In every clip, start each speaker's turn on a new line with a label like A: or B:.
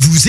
A: Vous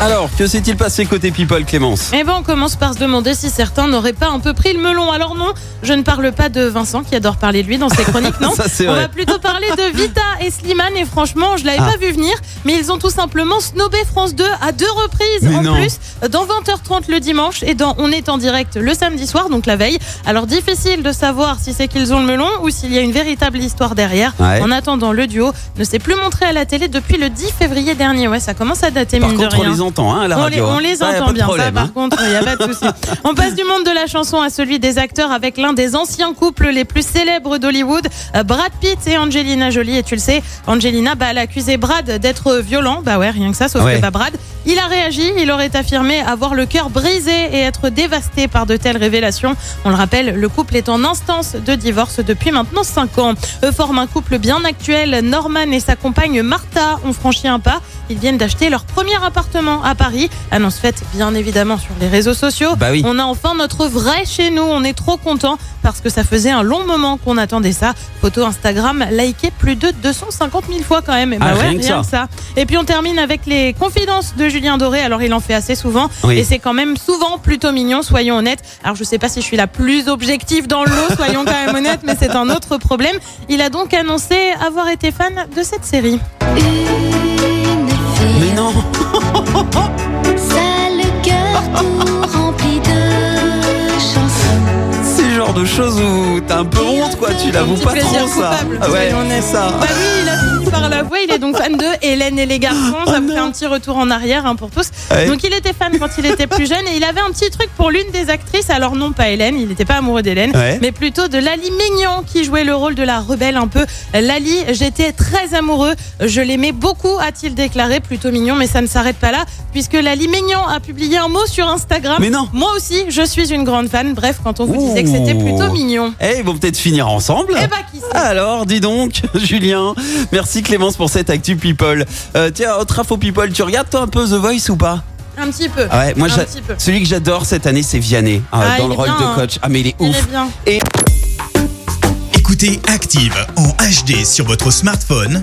B: Alors, que s'est-il passé côté People, Clémence
C: Eh ben, on commence par se demander si certains n'auraient pas un peu pris le melon. Alors non, je ne parle pas de Vincent qui adore parler de lui dans ses chroniques, non.
B: Ça, c'est
C: on
B: vrai.
C: va plutôt parler de Vita et Slimane. Et franchement, je l'avais
B: Ah.
C: pas vu venir, mais ils ont tout simplement snobé France 2 à deux reprises.
B: Mais
C: en
B: non.
C: plus, dans 20h30 le dimanche et dans On est en direct le samedi soir, donc la veille. Alors difficile de savoir si c'est qu'ils ont le melon ou s'il y a une véritable histoire derrière.
B: Ouais.
C: En attendant, le duo ne s'est plus montré à la télé depuis le 10 février dernier. Ouais, ça commence à dater,
B: Par
C: mine
B: contre,
C: de
B: on
C: rien.
B: les entend hein, à la
C: On les,
B: radio.
C: on
B: hein.
C: les
B: Ça, y a
C: entend
B: pas de
C: bien, ça
B: problème,
C: par
B: hein.
C: contre, il n'y a pas de souci. On passe du monde de la chanson à celui des acteurs avec l'un des anciens couples les plus célèbres d'Hollywood, euh, Brad Pitt et Angelina Jolie. Et tu le sais, Angelina, bah, elle accusait Brad d'être violent. Bah ouais, rien que ça, sauf
B: Ouais.
C: que bah, Brad, il a réagi, il aurait affirmé avoir le cœur brisé et être dévasté par de telles révélations. On le rappelle, le couple est en instance de divorce depuis maintenant 5 ans. Eux forment Euh, un couple bien actuel. Norman et sa compagne Martha ont franchi un pas. Ils viennent d'acheter leur premier appartement à Paris. Annonce faite bien évidemment sur les réseaux sociaux.
B: Bah oui.
C: On a enfin notre vrai chez nous. On est trop contents parce que ça faisait un long moment qu'on attendait ça. Photo Instagram likée plus de 250 000 fois quand même. Et bah
B: Ah, rien que ça.
C: Et puis on termine avec les confidences de Julien Doré. Alors il en fait assez souvent.
B: Oui.
C: Et c'est quand même souvent plutôt mignon, soyons honnêtes. Alors je sais pas si je suis la plus objective dans l'eau, soyons quand même honnêtes, mais c'est un autre problème. Il a donc annoncé avoir été fan de cette série.
D: Une
B: Mais
D: fille,
B: non
D: ça le cœur tout rempli de chansons.
B: C'est le genre de choses où t'es un peu honte, quoi. Tu l'avoues
C: Petit
B: pas
C: plaisir
B: trop, ça.
C: coupable,
B: Ah ouais,
C: soyons honnêtes.
B: c'est ça.
C: Bah oui, il a fini par l'avouer, il est donc fan de Hélène et les garçons. Ça me fait un petit retour en arrière hein, pour tous.
B: Oh Ouais.
C: Donc il était fan quand il était plus jeune et il avait un petit truc pour l'une des actrices. Alors non pas Hélène, il n'était pas amoureux d'Hélène,
B: Ouais.
C: mais plutôt de Lali Mignon qui jouait le rôle de la rebelle un peu. Lali, j'étais très amoureux, je l'aimais beaucoup, a-t-il déclaré, plutôt mignon, mais ça ne s'arrête pas là puisque Lali Mignon a publié un mot sur Instagram.
B: Mais non.
C: Moi aussi, je suis une grande fan. Bref, quand on vous disait que
B: Ouh.
C: c'était plutôt mignon.
B: Eh, ils vont peut-être finir ensemble.
C: Eh bah qui sait
B: Alors, dis donc, Julien. Merci Clémence pour cette actu People. Euh, tiens, autre info People, tu regardes toi un peu The Voice ou pas
C: Un petit peu.
B: Ah Ouais, moi,
C: Un
B: j'a-
C: petit peu.
B: celui que j'adore cette année, c'est Vianney, euh,
C: Ah,
B: dans
C: il
B: le
C: est
B: rôle
C: bien,
B: de
C: hein.
B: coach. Ah, mais il est
C: Il
B: ouf.
C: est bien.
A: Écoutez Active en HD sur votre smartphone,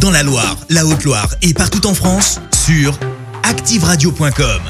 A: dans la Loire, la Haute-Loire et partout en France, sur activeradio.com.